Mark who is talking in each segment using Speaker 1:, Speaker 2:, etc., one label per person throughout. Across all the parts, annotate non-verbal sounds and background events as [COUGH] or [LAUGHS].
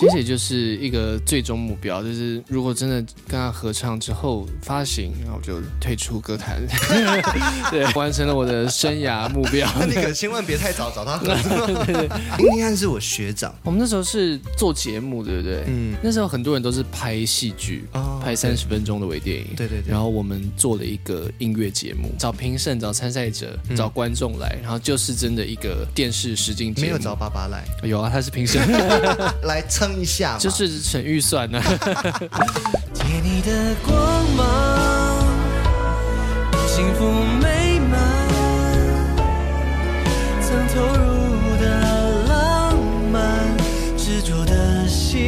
Speaker 1: 其实也就是一个最终目标，就是如果真的跟他合唱之后发行，然后我就退出歌
Speaker 2: [LAUGHS]
Speaker 1: 坛，对，完成了我的生涯目标。 [LAUGHS]
Speaker 2: 那你可千万别太早找他合作。林林汉是我学长，
Speaker 1: 我们那时候是做节目，对不对？嗯，那时候很多人都是拍戏剧，
Speaker 2: 哦
Speaker 1: 拍三十分钟的微电影。
Speaker 2: 对对对
Speaker 1: 然后我们做了一个音乐节目，找评审、找参赛者、
Speaker 2: 嗯
Speaker 1: 找观众来，然后就是真的一个电视实境节目。
Speaker 2: 没有找爸爸来，
Speaker 1: 有啊，他是评
Speaker 2: [LAUGHS]
Speaker 1: 审，
Speaker 2: 来撑一下嘛。
Speaker 1: 就是省预算呢、啊
Speaker 3: 借你的光芒，幸福美满，曾投入的浪漫，执着的信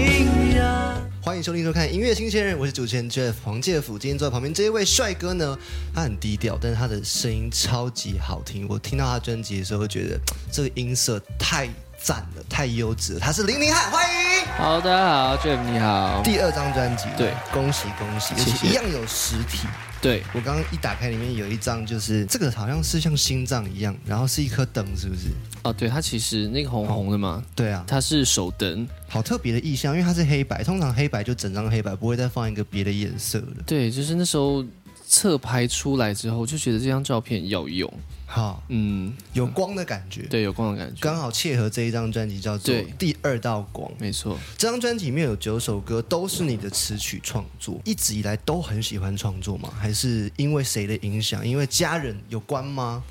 Speaker 3: 仰。
Speaker 2: 欢迎收听收看《音乐新鲜人》，我是主持人 Jeff 黄介甫。今天坐在旁边这一位帅哥呢，他很低调，但是他的声音超级好听。我听到他专辑的时候，觉得嘖这个音色太赞了，太优质了。他是林林汉，欢迎！
Speaker 1: [LAUGHS] 好，大家好，Jeff 你好。
Speaker 2: 第二张专辑，
Speaker 1: 对，
Speaker 2: 恭喜恭喜！
Speaker 1: 谢谢
Speaker 2: 而且一样有实体。
Speaker 1: 对，
Speaker 2: 我刚刚一打开，里面有一张，就是这个好像是像心脏一样，然后是一颗灯，是不是？
Speaker 1: 哦，对，它其实那个红红的嘛，
Speaker 2: 对啊，
Speaker 1: 它是手灯，
Speaker 2: 好特别的意象，因为它是黑白，通常黑白就整张黑白，不会再放一个别的颜色了。
Speaker 1: 对，就是那时候侧拍出来之后，就觉得这张照片要用，
Speaker 2: 好，
Speaker 1: 嗯，
Speaker 2: 有光的感觉。
Speaker 1: 对，有光的感觉，
Speaker 2: 刚好切合这一张专辑叫做
Speaker 1: 对
Speaker 2: 《第二道光》。
Speaker 1: 没错，
Speaker 2: 这张专辑里面有九首歌都是你的词曲创作，一直以来都很喜欢创作吗？还是因为谁的影响？因为家人有关吗？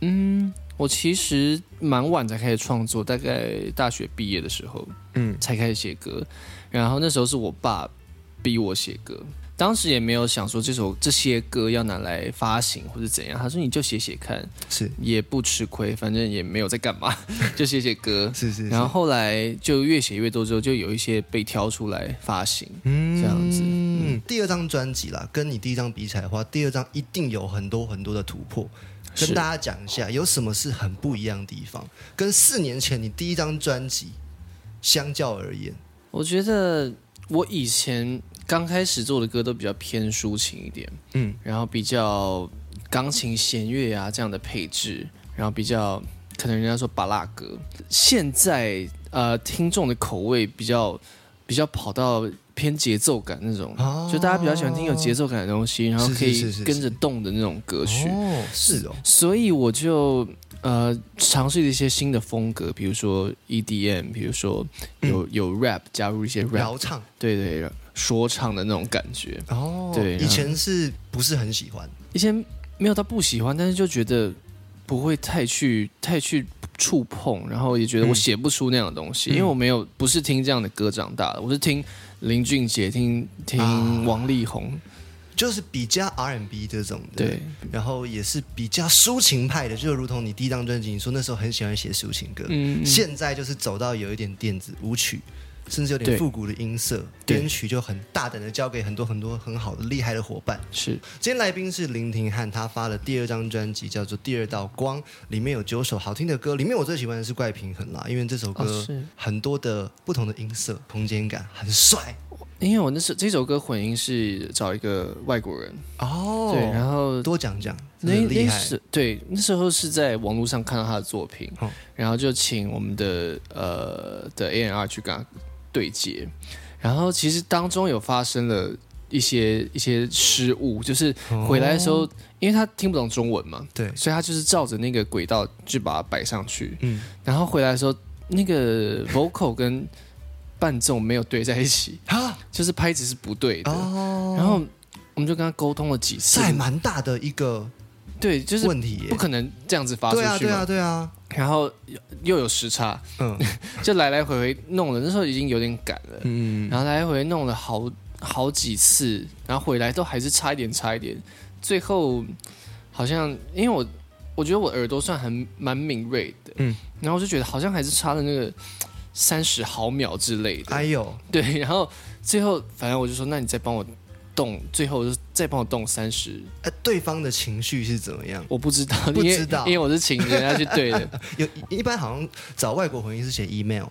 Speaker 1: 嗯，我其实蛮晚才开始创作，大概大学毕业的时候，嗯，才开始写歌，然后那时候是我爸逼我写歌。当时也没有想说这首这些歌要拿来发行或者怎样，他说你就写写看，
Speaker 2: 是
Speaker 1: 也不吃亏，反正也没有在干嘛， [LAUGHS] 就写写歌。
Speaker 2: 是是是
Speaker 1: 然后后来就越写越多之后，就有一些被挑出来发行，
Speaker 2: 嗯
Speaker 1: 这样子
Speaker 2: 嗯，第二张专辑啦，跟你第一张比起来的话，第二张一定有很多很多的突破。
Speaker 1: 是
Speaker 2: 跟大家讲一下，有什么是很不一样的地方？跟四年前你第一张专辑相较而言，
Speaker 1: 我觉得我以前刚开始做的歌都比较偏抒情一点，嗯，然后比较钢琴弦乐啊这样的配置，然后比较可能人家说巴拉歌。现在呃，听众的口味比较比较跑到偏节奏感那种，
Speaker 2: 哦
Speaker 1: 就大家比较喜欢听有节奏感的东西，然后
Speaker 2: 是
Speaker 1: 可
Speaker 2: 是是
Speaker 1: 以
Speaker 2: 是
Speaker 1: 跟着动的那种歌曲。
Speaker 2: 哦，是哦，
Speaker 1: 所以我就呃尝试了一些新的风格，比如说 EDM，比如说
Speaker 2: 嗯
Speaker 1: 有、有 rap 加入一些 rap，
Speaker 2: 饶唱
Speaker 1: 对对，说唱的那种感觉。
Speaker 2: 哦，
Speaker 1: 对
Speaker 2: 以前是不是很喜欢？
Speaker 1: 以前没有到不喜欢，但是就觉得不会太去太去触碰，然后也
Speaker 2: 嗯
Speaker 1: 觉得我写不出那样的东西，因为我没有不是听这样的歌长大的，我是听林俊杰、听
Speaker 2: 啊
Speaker 1: 听王力宏，
Speaker 2: 就是比较 R&B 这种的，
Speaker 1: 对，
Speaker 2: 然后也是比较抒情派的，就如同你第一张专辑，你说那时候很喜欢写抒情歌，
Speaker 1: 嗯，嗯
Speaker 2: 现在就是走到有一点电子舞曲，甚至有点
Speaker 1: 对
Speaker 2: 复古的音色，
Speaker 1: 对
Speaker 2: 编曲就很大胆的交给很多很多很好的厉害的伙伴。
Speaker 1: 是
Speaker 2: 今天来宾是林廷汉，他发了第二张专辑叫做《第二道光》，里面有九首好听的歌，里面我最喜欢的是《怪平衡》啦，因为这首歌
Speaker 1: 哦是
Speaker 2: 很多的不同的音色、空间感，很帅
Speaker 1: 因为我那时这首歌混音是找一个外国人，
Speaker 2: 哦
Speaker 1: 对，然后
Speaker 2: 多讲讲，真
Speaker 1: 那
Speaker 2: 的厉
Speaker 1: 那
Speaker 2: 害。
Speaker 1: 时对那时候是在网络上看到他的作品，
Speaker 2: 哦
Speaker 1: 然后就请我们的呃的 A N R 去跟他对接，然后其实当中有发生了一些一些失误，就是回来的时候，因为他听不懂中文嘛，
Speaker 2: 哦对，
Speaker 1: 所以他就是照着那个轨道去把它摆上去，
Speaker 2: 嗯
Speaker 1: 然后回来的时候，那个 vocal 跟伴奏没有对在一起，
Speaker 2: 啊
Speaker 1: 就是拍子是不对的，
Speaker 2: 哦，
Speaker 1: 然后我们就跟他沟通了几次
Speaker 2: 这，还蛮大的一个
Speaker 1: 对，就是
Speaker 2: 问题耶
Speaker 1: 不。可能这样子发出去
Speaker 2: 对
Speaker 1: 嘛。
Speaker 2: 啊，对啊，对啊，
Speaker 1: 然后又又有时差，
Speaker 2: 嗯
Speaker 1: [LAUGHS] 就来来回回弄了。那时候已经有点赶了，
Speaker 2: 嗯，
Speaker 1: 然后来来回回弄了好好几次，然后回来都还是差一点，差一点。最后好像因为我我觉得我耳朵算很蛮敏锐的，
Speaker 2: 嗯
Speaker 1: 嗯，然后我就觉得好像还是差了那个三十毫秒之类的，
Speaker 2: 哎呦，
Speaker 1: 对。然后最后反正我就说，那你再帮我动，最后就再帮我动三十，
Speaker 2: 呃，对方的情绪是怎么样？
Speaker 1: 我不知道，
Speaker 2: 不
Speaker 1: 因为
Speaker 2: 知道
Speaker 1: 因为我是请人家去对的，
Speaker 2: 有一般好像找外国混音是写 email，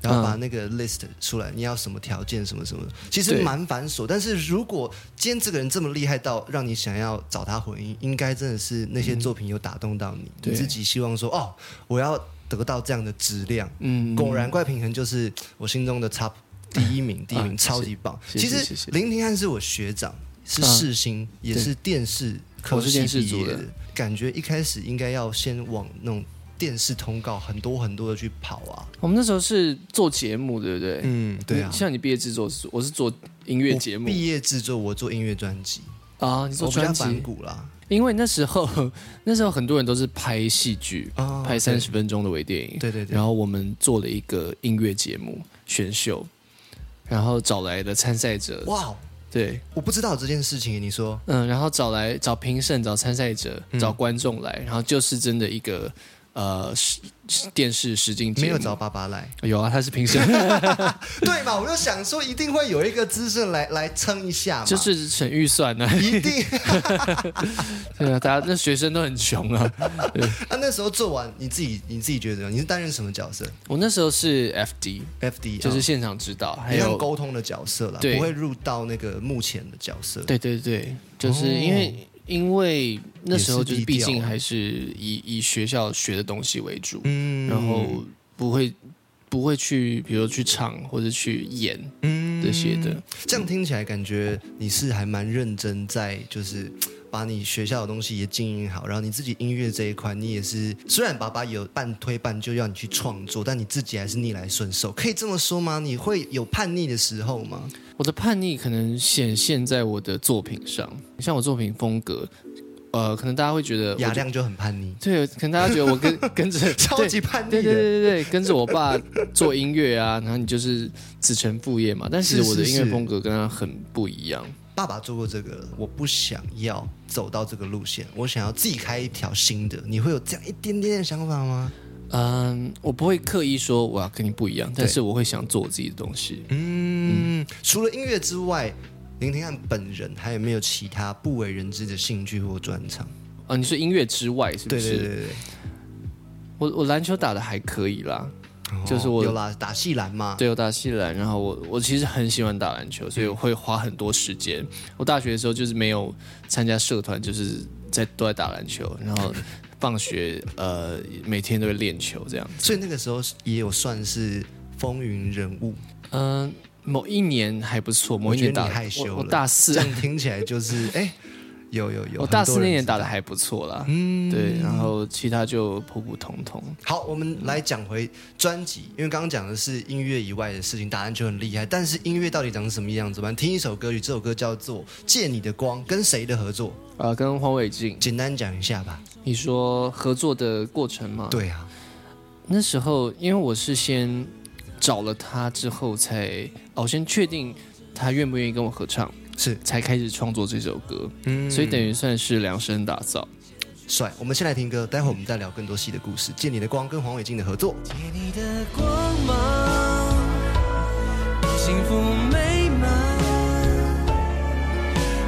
Speaker 2: 然
Speaker 1: 嗯
Speaker 2: 后把那个 list 出来，你要什么条件什么什么的，其实
Speaker 1: 对
Speaker 2: 蛮繁琐。但是如果今天这个人这么厉害到让你想要找他混音，应该真的是那些作品有打动到你，
Speaker 1: 嗯对
Speaker 2: 你自己希望说哦，我要得到这样的质量。
Speaker 1: 嗯，
Speaker 2: 果然，怪平衡就是我心中的 top 第一名，第一名，
Speaker 1: 啊
Speaker 2: 超级棒。
Speaker 1: 谢
Speaker 2: 其
Speaker 1: 谢
Speaker 2: 实
Speaker 1: 谢谢
Speaker 2: 林廷汉是我学长，是
Speaker 1: 啊
Speaker 2: 世新，也
Speaker 1: 对
Speaker 2: 是电视科
Speaker 1: 我是
Speaker 2: 系
Speaker 1: 电视
Speaker 2: 毕
Speaker 1: 组
Speaker 2: 业
Speaker 1: 的
Speaker 2: 的，感觉一开始应该要先往那种电视通告很多很多的去跑啊。
Speaker 1: 我们那时候是做节目，对不对？
Speaker 2: 嗯，对啊
Speaker 1: 你。像你毕业制作是，我是做音乐节
Speaker 2: 我
Speaker 1: 目
Speaker 2: 毕业制作，我做音乐专辑，
Speaker 1: 啊，你做
Speaker 2: 我比较
Speaker 1: 专
Speaker 2: 反
Speaker 1: 辑，
Speaker 2: 骨啦。
Speaker 1: 因为那时候 [LAUGHS] 那时候很多人都是拍戏剧，
Speaker 2: 啊
Speaker 1: 拍三十分钟的微电影，
Speaker 2: 对对对
Speaker 1: 然后我们做了一个音乐节目选秀，然后找来的参赛者，
Speaker 2: 哇，
Speaker 1: 对，
Speaker 2: 我不知道这件事情，你说
Speaker 1: 嗯，然后找来找评审、找参赛者、
Speaker 2: 嗯
Speaker 1: 找观众来，然后就是真的一个呃实电视实境节目
Speaker 2: 没有找爸爸来？
Speaker 1: 有啊，他是评
Speaker 2: [LAUGHS]
Speaker 1: 审，
Speaker 2: 对嘛？我就想说，一定会有一个资深来来撑一下嘛，
Speaker 1: 就是省预算呢、
Speaker 2: 一定。
Speaker 1: [LAUGHS] 对啊，大家那学生都很穷啊。
Speaker 2: 那、那时候做完，你自己你自己觉得怎么样？你是担任什么角色
Speaker 1: [LAUGHS] 我那时候是 FD，
Speaker 2: ？FD
Speaker 1: 就是
Speaker 2: 啊
Speaker 1: 现场指导，还
Speaker 2: 一样
Speaker 1: 有
Speaker 2: 沟通的角色啦，
Speaker 1: 对
Speaker 2: 不会入到那个幕前的角色。
Speaker 1: 对对对，就是因为、因为那时候哦就是
Speaker 2: 也是低
Speaker 1: 毕
Speaker 2: 调啊
Speaker 1: 竟还是以以学校学的东西为主，
Speaker 2: 嗯
Speaker 1: 然后不会不会去比如去唱或者去演
Speaker 2: 嗯
Speaker 1: 这些的。
Speaker 2: 这样听起来感觉你是还蛮认真，在就是把你学校的东西也经营好，然后你自己音乐这一块，你也是虽然爸爸有半推半就要你去创作，但你自己还是逆来顺受，可以这么说吗？你会有叛逆的时候吗？
Speaker 1: 我的叛逆可能显现在我的作品上，像我作品风格，呃，可能大家会觉得我
Speaker 2: 雅
Speaker 1: 就
Speaker 2: 亮就很叛逆，
Speaker 1: 对，可能大家觉得我跟 [LAUGHS] 跟着
Speaker 2: 超级叛逆
Speaker 1: 对对对
Speaker 2: 的。
Speaker 1: 对对，跟着我爸做音乐啊，然后你就是子承父业嘛。但其实
Speaker 2: 是
Speaker 1: 我的
Speaker 2: 是
Speaker 1: 音乐
Speaker 2: 是
Speaker 1: 风格跟他很不一样。
Speaker 2: 爸爸做过这个了，我不想要走到这个路线，我想要自己开一条新的。你会有这样一点点的想法吗？
Speaker 1: 嗯，我不会刻意说我要跟你不一样，但是我会想做我自己的东西。
Speaker 2: 嗯，除了音乐之外，林廷汉本人还有没有其他不为人知的兴趣或专长？
Speaker 1: 啊，你说音乐之外是不
Speaker 2: 对
Speaker 1: 是？
Speaker 2: 对对对，
Speaker 1: 我我篮球打的还可以啦，
Speaker 2: 哦
Speaker 1: 就是我
Speaker 2: 有啦，打戏篮嘛。
Speaker 1: 对我打系篮，然后我我其实很喜欢打篮球，
Speaker 2: 嗯
Speaker 1: 所以我会花很多时间。我大学的时候就是没有参加社团，就是在都在打篮球，然后放学呃每天都会练球这样。
Speaker 2: 所以那个时候也有算是风云人物。
Speaker 1: 嗯、某一年还不错，某一年
Speaker 2: 我觉
Speaker 1: 打
Speaker 2: 得你害羞了
Speaker 1: 我我大四
Speaker 2: 这，样听起来就是，哎、有有
Speaker 1: [LAUGHS]
Speaker 2: 有。
Speaker 1: 我大
Speaker 2: 很
Speaker 1: 四
Speaker 2: 多
Speaker 1: 那
Speaker 2: 人
Speaker 1: 年
Speaker 2: 知
Speaker 1: 打
Speaker 2: 道
Speaker 1: 的还不错啦。嗯，对，然后其他就普普通通。
Speaker 2: 好，我们来讲回专辑，因为刚刚讲的是音乐以外的事情，答案就很厉害。但是音乐到底长什么样子？我们听一首歌曲，这首歌叫做《借你的光》，跟谁的合作？
Speaker 1: 呃，跟黄伟晋，
Speaker 2: 简单讲一下吧。
Speaker 1: 你说合作的过程吗？，
Speaker 2: 对啊，
Speaker 1: 那时候因为我是先找了他之后才，哦，先确定他愿不愿意跟我合唱，
Speaker 2: 是
Speaker 1: 才开始创作这首歌，
Speaker 2: 嗯
Speaker 1: 所以等于算是量身打造。
Speaker 2: 帅。我们先来听歌，待会我们再聊更多戏的故事。《借你的光》跟黄伟晋的合作，
Speaker 3: 借你的光芒，幸福美满，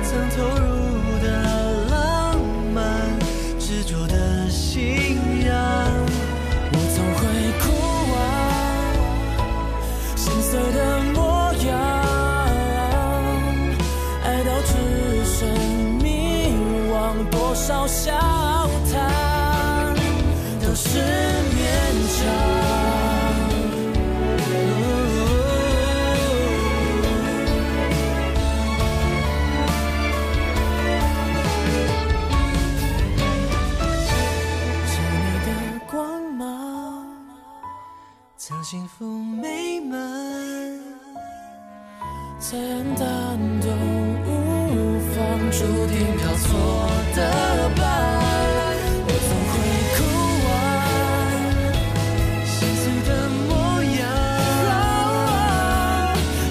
Speaker 3: 曾投入的浪漫，执着的信仰，我总会哭啊，心碎的模样，爱到只剩迷惘，多少笑谈都是勉强。借你的光芒，将幸福美满，再黯淡都无妨，注定靠错的伴，我总会哭啊完心碎的模样。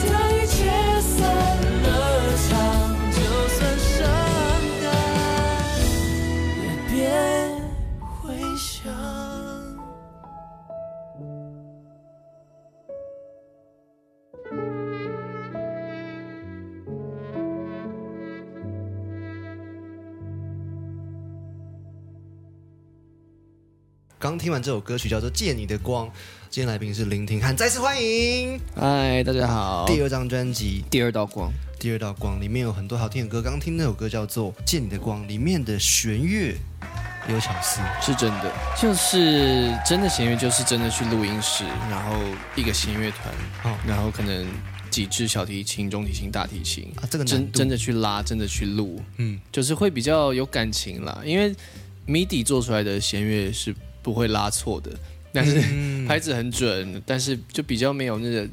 Speaker 3: 当啊一切散了场，就算伤感。也别回想。
Speaker 2: 刚听完这首歌曲叫做《借你的光》，今天来宾是林廷汉，再次欢迎。
Speaker 1: 嗨，大家好，
Speaker 2: 第二张专辑
Speaker 1: 第二道光，
Speaker 2: 《第二道光》里面有很多好听的歌，刚听那首歌叫做《借你的光》，里面的弦乐也有巧思。啊
Speaker 1: 是真的，就是真的弦乐，就是真的去录音室，然后一个弦乐团，
Speaker 2: 哦
Speaker 1: 然后可能几支小提琴、中提琴、大提琴，
Speaker 2: 啊，这个难
Speaker 1: 真
Speaker 2: 度
Speaker 1: 真的去拉，真的去录，
Speaker 2: 嗯
Speaker 1: 嗯，就是会比较有感情啦。因为 MIDI 做出来的弦乐是不会拉错的，但是、 [LAUGHS] 拍子很准，但是就比较没有那个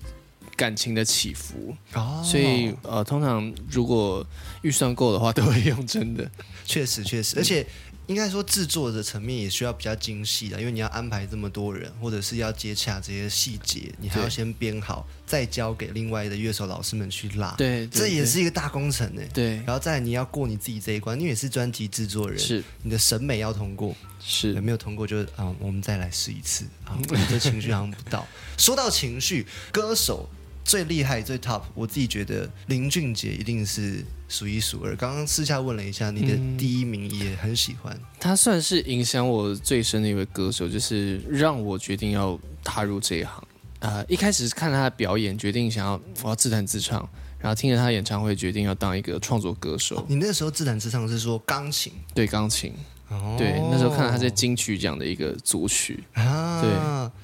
Speaker 1: 感情的起伏。
Speaker 2: 哦，
Speaker 1: 所以呃，通常如果预算够的话，都会用真的。
Speaker 2: 确实确
Speaker 1: 嗯
Speaker 2: 实，而且应该说制作的层面也需要比较精细的，因为你要安排这么多人，或者是要接洽这些细节，你还要
Speaker 1: 对
Speaker 2: 先编好，再交给另外的乐手老师们去拉。，
Speaker 1: 对，对
Speaker 2: 这也是一个大工程呢。欸
Speaker 1: 对，
Speaker 2: 然后再来你要过你自己这一关，你也是专辑制作人，
Speaker 1: 是
Speaker 2: 你的审美要通过，有
Speaker 1: 是，
Speaker 2: 没有通过就啊、我们再来试一次啊，我们这情绪好像不到。 [LAUGHS] 说到情绪，歌手最厉害最 top，我自己觉得林俊杰一定是数一数二。刚刚私下问了一下，你的第一名也很喜欢，
Speaker 1: 他算是影响我最深的一位歌手，就是让我决定要踏入这一行。呃，一开始是看他的表演，决定想要我要自弹自唱，然后听了他演唱会，决定要当一个创作歌手，
Speaker 2: 你那时候自弹自唱是说钢琴，
Speaker 1: 对钢琴。
Speaker 2: 哦
Speaker 1: 对，那时候看到他在金曲奖的一个组曲，
Speaker 2: 啊，
Speaker 1: 对，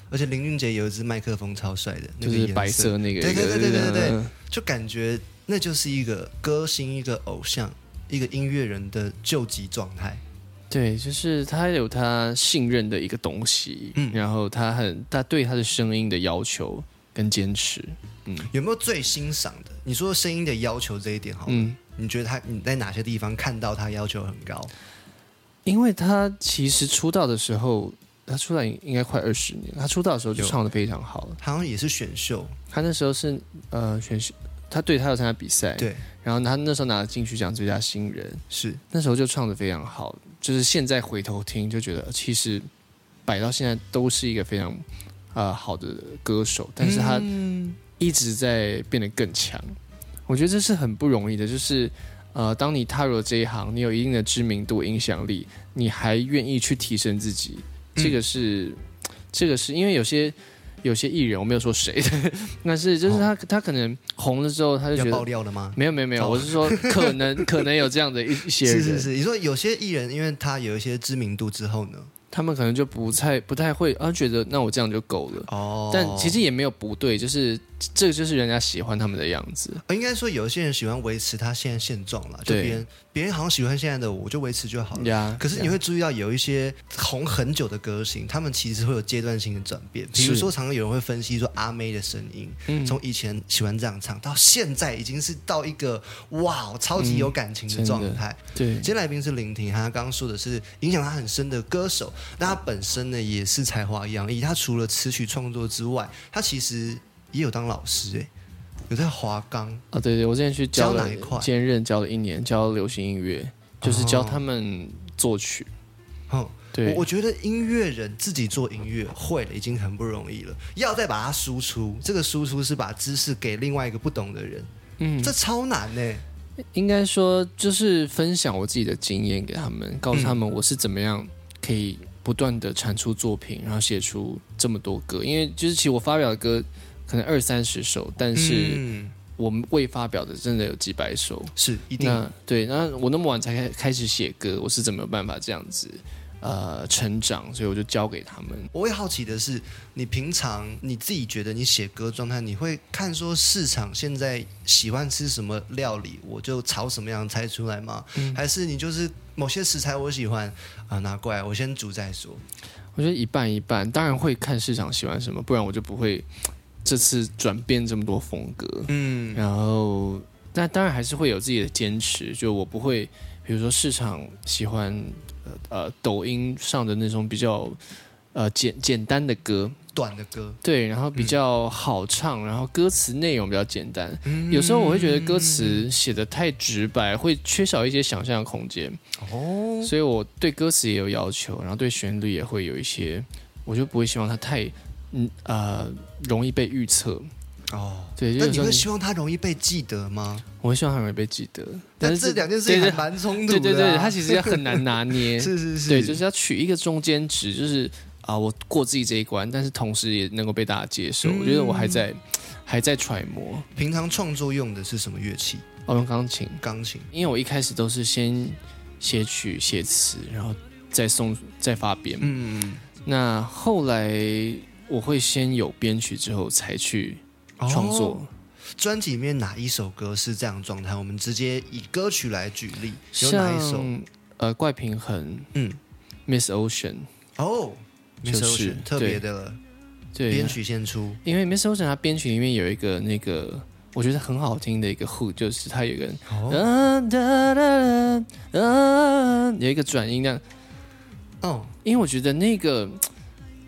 Speaker 2: 而且林俊杰有一支麦克风超帅的，那
Speaker 1: 就
Speaker 2: 个
Speaker 1: 是
Speaker 2: 颜
Speaker 1: 白色那个，
Speaker 2: 对对对对对对
Speaker 1: 嗯
Speaker 2: 就感觉那就是一个歌星、一个偶像、一个音乐人的救急状态。
Speaker 1: 对，就是他有他信任的一个东西，
Speaker 2: 嗯
Speaker 1: 然后他很他对他的声音的要求跟坚持，
Speaker 2: 有没有最欣赏的？你说声音的要求这一点好了，
Speaker 1: 嗯，
Speaker 2: 你觉得他你在哪些地方看到他要求很高？
Speaker 1: 因为他其实出道的时候，他出来应该快二十年，他出道的时候就
Speaker 2: 有
Speaker 1: 唱的非常好了，
Speaker 2: 好像也是选秀，
Speaker 1: 他那时候是呃选秀，他对他有参加比赛，，
Speaker 2: 对，
Speaker 1: 然后他那时候拿了金曲奖最佳新人，
Speaker 2: 是
Speaker 1: 那时候就唱的非常好，就是现在回头听就觉得，呃其实摆到现在都是一个非常呃好的歌手，但是他
Speaker 2: 嗯
Speaker 1: 一直在变得更强。我觉得这是很不容易的，就是呃，当你踏入了这一行，你有一定的知名度、影响力，你还愿意去提升自己，
Speaker 2: 嗯
Speaker 1: 这个是、这个是因为有些。有些艺人我没有说谁， [LAUGHS] 但是就是他，他可能红了之后，他就觉
Speaker 2: 要
Speaker 1: 得
Speaker 2: 爆料了吗？
Speaker 1: 没有没有没有，
Speaker 2: 哦
Speaker 1: 我是说可能
Speaker 2: [LAUGHS]
Speaker 1: 可能有这样的一一些人，
Speaker 2: 是是是，你说有些艺人因为他有一些知名度之后呢，
Speaker 1: 他们可能就不太不太会啊，觉得那我这样就够了。
Speaker 2: 哦，
Speaker 1: 但其实也没有不对，就是这就是人家喜欢他们的样子。
Speaker 2: 应该说有些人喜欢维持他现在现状啦，就
Speaker 1: 对
Speaker 2: 别人别人好像喜欢现在的我，我就维持就好了。
Speaker 1: 呀，
Speaker 2: 可是你
Speaker 1: 呀
Speaker 2: 会注意到有一些红很久的歌星，他们其实会有阶段性的转变。比
Speaker 1: 是
Speaker 2: 如说，常常有人会分析说阿妹的声音，
Speaker 1: 嗯
Speaker 2: 从以前喜欢这样唱到现在已经是到一个哇超级有感情的
Speaker 1: 嗯
Speaker 2: 状态。
Speaker 1: 对
Speaker 2: 今天来宾是林婷，她刚刚说的是影响她很深的歌手，那她本身呢也是才华洋溢，她除了词曲创作之外，她其实也有当老师哎、有在华冈
Speaker 1: 啊，对对，我之前去教
Speaker 2: 教
Speaker 1: 了
Speaker 2: 哪一块
Speaker 1: 兼任教了一年，教流行音乐，就是教
Speaker 2: 哦
Speaker 1: 他们作曲。
Speaker 2: 哦。
Speaker 1: 对，
Speaker 2: 我我觉得音乐人自己做音乐会了已经很不容易了，要再把它输出，这个输出是把知识给另外一个不懂的人，
Speaker 1: 嗯
Speaker 2: 这超难欸呢、
Speaker 1: 应该说就是分享我自己的经验给他们，告诉
Speaker 2: 嗯
Speaker 1: 他们我是怎么样可以不断的产出作品，然后写出这么多歌。因为就是其实我发表的歌可能二三十首，但是
Speaker 2: 嗯、
Speaker 1: 我们未发表的真的有几百首。
Speaker 2: 是一定
Speaker 1: 那对，那我那么晚才开开始写歌，我是怎么有办法这样子呃成长？所以我就交给他们。
Speaker 2: 我也好奇的是，你平常你自己觉得你写歌状态，你会看说市场现在喜欢吃什么料理，我就炒什么样猜出来吗？
Speaker 1: 嗯
Speaker 2: 还是你就是某些食材我喜欢啊，拿过来我先煮再说？
Speaker 1: 我觉得一半一半，当然会看市场喜欢什么，不然我就不会这次转变这么多风格。嗯，然后但当然还是会有自己的坚持，就我不会，比如说市场喜欢呃呃抖音上的那种比较呃简简单的歌，
Speaker 2: 短的歌，
Speaker 1: 对，然后比较好唱，然后歌词内容比较简单。有时候我会觉得歌词写的太直白，会缺少一些想象空间。哦，
Speaker 2: 嗯
Speaker 1: 所以我对歌词也有要求，然后对旋律也会有一些，我就不会希望它太嗯呃容易被预测。
Speaker 2: 哦。
Speaker 1: 对，就
Speaker 2: 那
Speaker 1: 有
Speaker 2: 你
Speaker 1: 时候
Speaker 2: 会
Speaker 1: 你
Speaker 2: 希望它容易被记得吗？
Speaker 1: 我会希望它容易被记得，但
Speaker 2: 但
Speaker 1: 是
Speaker 2: 这两件事情
Speaker 1: 对
Speaker 2: 还
Speaker 1: 对
Speaker 2: 蛮冲突的、
Speaker 1: 对
Speaker 2: 啊。
Speaker 1: 对对，它其实也很难拿捏。
Speaker 2: [LAUGHS] 是是是，
Speaker 1: 对，就是要取一个中间值，就是啊、我过自己这一关，但是同时也能够被大家接受。
Speaker 2: 嗯
Speaker 1: 我觉得我还在还在揣摩。
Speaker 2: 平常创作用的是什么乐器？
Speaker 1: 我用钢琴，
Speaker 2: 钢琴。
Speaker 1: 因为我一开始都是先写曲、写词，然后再送、再发编。
Speaker 2: 嗯，
Speaker 1: 那
Speaker 2: 哦
Speaker 1: 后来我会先有编曲之后才去创作。
Speaker 2: 专辑里面哪一首歌是这样的状态？我们直接以歌曲来举例，有哪一首？
Speaker 1: 像呃怪平衡，
Speaker 2: 嗯
Speaker 1: 嗯，Miss Ocean，
Speaker 2: 哦，
Speaker 1: 就
Speaker 2: Miss
Speaker 1: 是
Speaker 2: Ocean 特别的
Speaker 1: 对
Speaker 2: 编，曲先出，
Speaker 1: 因为 Miss Ocean 它编曲里面有一个那个我觉得很好听的一个 hook，就是它有一个
Speaker 2: 哦
Speaker 1: 啊哒哒哒啊，有一个转音量，
Speaker 2: 哦，
Speaker 1: 因为我觉得那个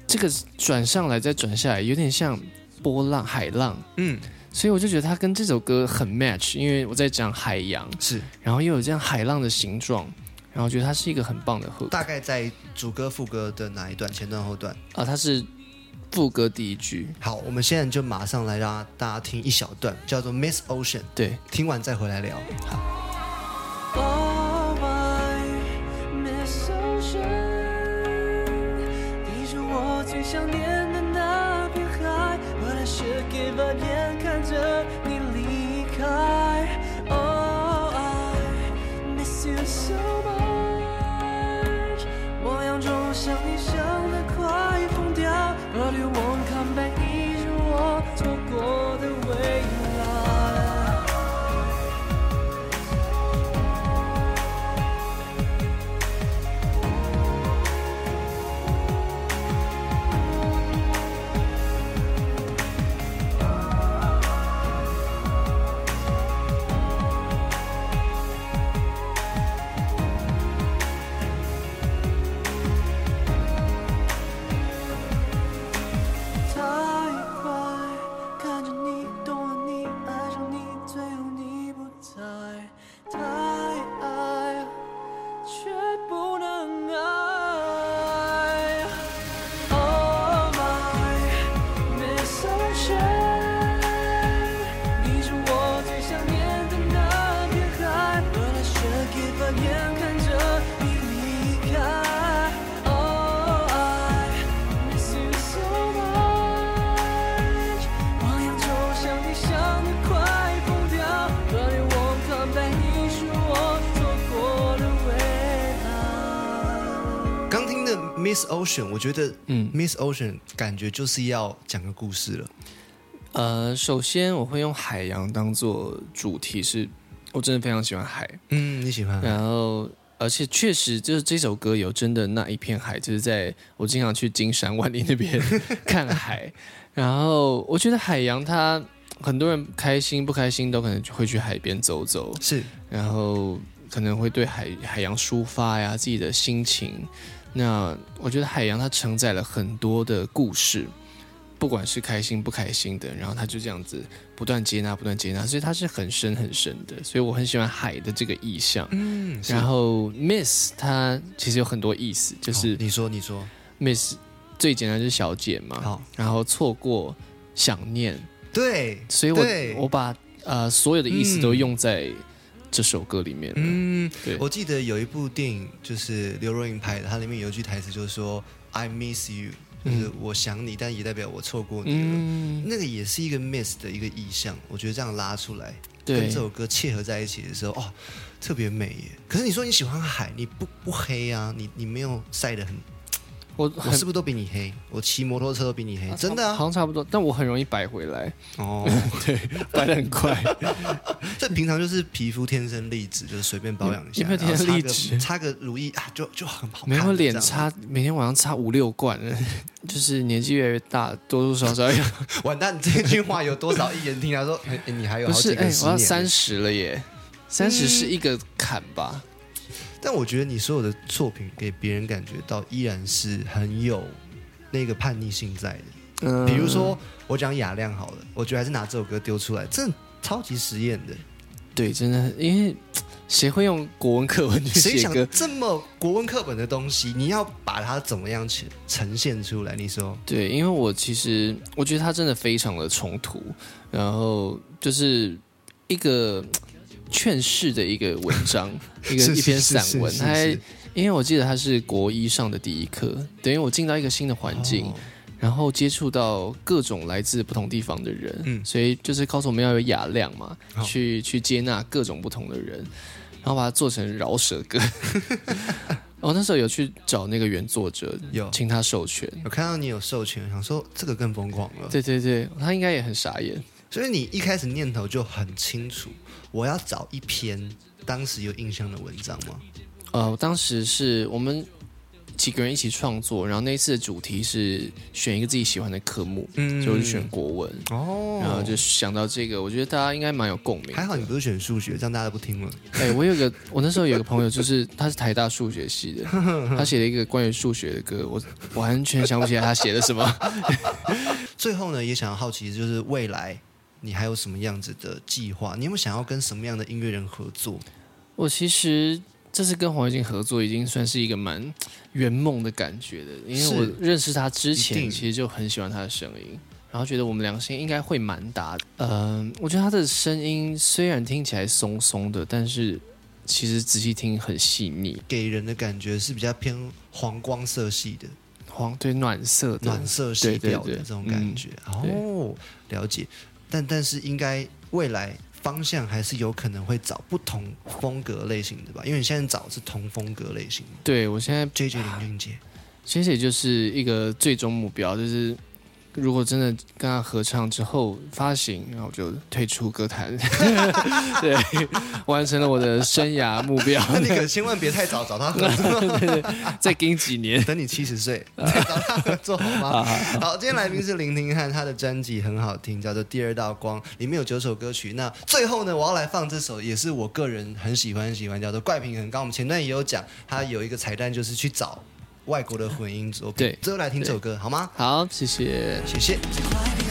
Speaker 1: 这个转上来再转下来，有点像波浪海浪，
Speaker 2: 嗯，
Speaker 1: 所以我就觉得它跟这首歌很 match，因为我在讲海洋，
Speaker 2: 是
Speaker 1: 然后又有这样海浪的形状，然后我觉得它是一个很棒的 hook
Speaker 2: 大概在主歌副歌的哪一段？前段后段？
Speaker 1: 啊，它是副歌第一句，
Speaker 2: 好，我们现在就马上来让大家听一小段，叫做 Miss Ocean，
Speaker 1: 对，
Speaker 2: 听完再回来聊。
Speaker 3: Oh my Miss Ocean，你是我最想念的那片海，我还是给白眼看着你离开。Oh I miss you so much，模样中像你想的快疯掉，But you won't come back，你是我错过的未来。太快，看着你，懂了你，爱上你，最后你不在。太爱，却不能爱。Oh my Miss Ocean，你是我最想念的那片海，我的世界把眼看着你离开。Oh I miss you so much，模样就像你想的快疯掉，But you won't come back，你是我错过的未来。
Speaker 2: 刚听的 Miss Ocean，我觉得，嗯
Speaker 1: 嗯
Speaker 2: ，Miss Ocean 感觉就是要讲个故事了。
Speaker 1: 呃，首先我会用海洋当做主题是，我真的非常喜欢海，
Speaker 2: 嗯，你喜欢？
Speaker 1: 然后而且确实就是这首歌有真的那一片海，就是在我经常去金山万里那边 [LAUGHS] 看海，然后我觉得海洋它很多人开心不开心都可能会去海边走走，
Speaker 2: 是，
Speaker 1: 然后可能会对海海洋抒发呀自己的心情。那我觉得海洋它承载了很多的故事，不管是开心不开心的，然后它就这样子不断接纳、不断接纳，所以它是很深很深的。所以我很喜欢海的这个意象。
Speaker 2: 嗯，
Speaker 1: 然后 miss 它其实有很多意思，就
Speaker 2: 好
Speaker 1: 是
Speaker 2: 哦你说，你说，
Speaker 1: miss 最简单就是小姐嘛，
Speaker 2: 好，
Speaker 1: 然后错过、想念，
Speaker 2: 对，
Speaker 1: 所以
Speaker 2: 对
Speaker 1: 我我把呃所有的意思
Speaker 2: 嗯
Speaker 1: 都用在这首歌里面了。
Speaker 2: 嗯，
Speaker 1: 对
Speaker 2: 我记得有一部电影就是刘若英拍的，它里面有一句台词就是说 “I miss you”，就是我想你，但也代表我错过你了。
Speaker 1: 嗯，
Speaker 2: 那个也是一个 miss 的一个意象，我觉得这样拉出来，跟
Speaker 1: 对
Speaker 2: 这，首歌切合在一起的时候，哦，特别美耶。可是你说你喜欢海，你不不黑啊，你你没有晒得很，
Speaker 1: 我
Speaker 2: 我
Speaker 1: 很
Speaker 2: 是不是都比你黑？我骑摩托车都比你黑，真的
Speaker 1: 好
Speaker 2: 啊。
Speaker 1: 像差不多，但我很容易摆回
Speaker 2: [LAUGHS]
Speaker 1: 来，
Speaker 2: 哦，
Speaker 1: 摆的很快。
Speaker 2: 这平常就是皮肤天生丽质，就是随便保养一
Speaker 1: [LAUGHS]
Speaker 2: 下，
Speaker 1: 有没有
Speaker 2: 然后
Speaker 1: 天生
Speaker 2: 擦
Speaker 1: 丽
Speaker 2: 个
Speaker 1: 质
Speaker 2: 擦个乳液啊，就就很好看。
Speaker 1: 没有脸
Speaker 2: 这样
Speaker 1: 擦，每天晚上擦五六罐， [LAUGHS] 就是年纪越来越大，多多少少要
Speaker 2: 完蛋，这句话有多少艺人听？他说：“哎、哎你还有
Speaker 1: 不
Speaker 2: 好
Speaker 1: 是
Speaker 2: 几
Speaker 1: 哎
Speaker 2: 个，十
Speaker 1: 我要
Speaker 2: 年。嗯
Speaker 1: 三十了耶，三十是一个坎吧？
Speaker 2: 但我觉得你所有的作品给别人感觉到依然是很有那个叛逆性在的。
Speaker 1: 嗯，
Speaker 2: 比如说，我讲雅亮好了，我觉得还是拿这首歌丢出来，真的超级实验的。
Speaker 1: 嗯对，真的，因为谁会用国文课文去
Speaker 2: 谁
Speaker 1: 写
Speaker 2: 想
Speaker 1: 歌？
Speaker 2: 这么国文课本的东西，你要把它怎么样呈呈现出来？你说
Speaker 1: 对，因为我其实我觉得它真的非常的冲突，然后就是一个劝世的一个文
Speaker 2: [LAUGHS]
Speaker 1: 章，一个
Speaker 2: 是是
Speaker 1: 一篇
Speaker 2: 是是
Speaker 1: 散文，
Speaker 2: 是
Speaker 1: 它还
Speaker 2: 是
Speaker 1: 因为我记得它是国一上的第一课，等于我进到一个新的环境，
Speaker 2: 哦
Speaker 1: 然后接触到各种来自不同地方的人，
Speaker 2: 嗯哦
Speaker 1: 所以就是告诉我们要有雅量嘛，
Speaker 2: 好
Speaker 1: 去去接纳各种不同的人，然后把它做成饶舌
Speaker 2: [LAUGHS]
Speaker 1: 歌。我、那时候有去找那个原作者，
Speaker 2: 有
Speaker 1: 请他授权。
Speaker 2: 我看到你有授权，想说这个更疯狂了。
Speaker 1: 对对对，他应该也很傻眼。
Speaker 2: 所以你一开始念头就很清楚，我要找一篇当时有印象的文章吗？
Speaker 1: 呃，当时是我们几个人一起创作，然后那一次的主题是选一个自己喜欢的科目，
Speaker 2: 嗯
Speaker 1: 就是选国文，
Speaker 2: 哦
Speaker 1: 然后就想到这个，我觉得大家应该蛮有共鸣。
Speaker 2: 还好你不是选数学，这样大家都不听了。
Speaker 1: 哎、我有个，我那时候有个朋友，就是他是台大数学系 [LAUGHS] 的，他写了一个关于数学的歌，我我完全想不起来他写的什么。 [LAUGHS]
Speaker 2: 最后呢，也想要好奇，就是未来你还有什么样子的计划？你有没有想要跟什么样的音乐人合作？
Speaker 1: 我其实这次跟黄伟晋合作，已经算是一个蛮圆梦的感觉的，因为
Speaker 2: 是
Speaker 1: 我认识他之
Speaker 2: 一
Speaker 1: 前，
Speaker 2: 定
Speaker 1: 其实就很喜欢他的声音，然后觉得我们两个声音应该会蛮搭的。嗯、我觉得他的声音虽然听起来松松的，但是其实仔细听很细腻，
Speaker 2: 给人的感觉是比较偏黄光色系的、
Speaker 1: 黄哦对暖色的
Speaker 2: 暖色系
Speaker 1: 对对
Speaker 2: 调的
Speaker 1: 对
Speaker 2: 这种感觉。
Speaker 1: 对
Speaker 2: 哦，了解。但但是应该未来方向还是有可能会找不同风格类型的吧？因为你现在找是同风格类型的
Speaker 1: 对我现在
Speaker 2: J J 林俊杰，
Speaker 1: 谢谢就是一个最终目标，就是如果真的跟他合唱之后发行，然后我就退出歌坛， [LAUGHS] 对，完成了我的生涯目标。
Speaker 2: [LAUGHS] 那你可千万别太早找他合作。
Speaker 1: 再盯几年， [LAUGHS]
Speaker 2: 等你七十岁 [LAUGHS] 再找他合作好吗？ [LAUGHS] 好，今天来宾是林廷汉，他的专辑很好听，叫做《第二道光》，里面有九首歌曲。那最后呢，我要来放这首，也是我个人很喜欢很喜欢，叫做《怪平衡》。刚刚我们前段也有讲，他有一个彩蛋，就是去找外国的混音作品。
Speaker 1: 对
Speaker 2: 最后来听这首歌好吗？
Speaker 1: 好，谢谢。
Speaker 2: 谢谢。
Speaker 3: 快平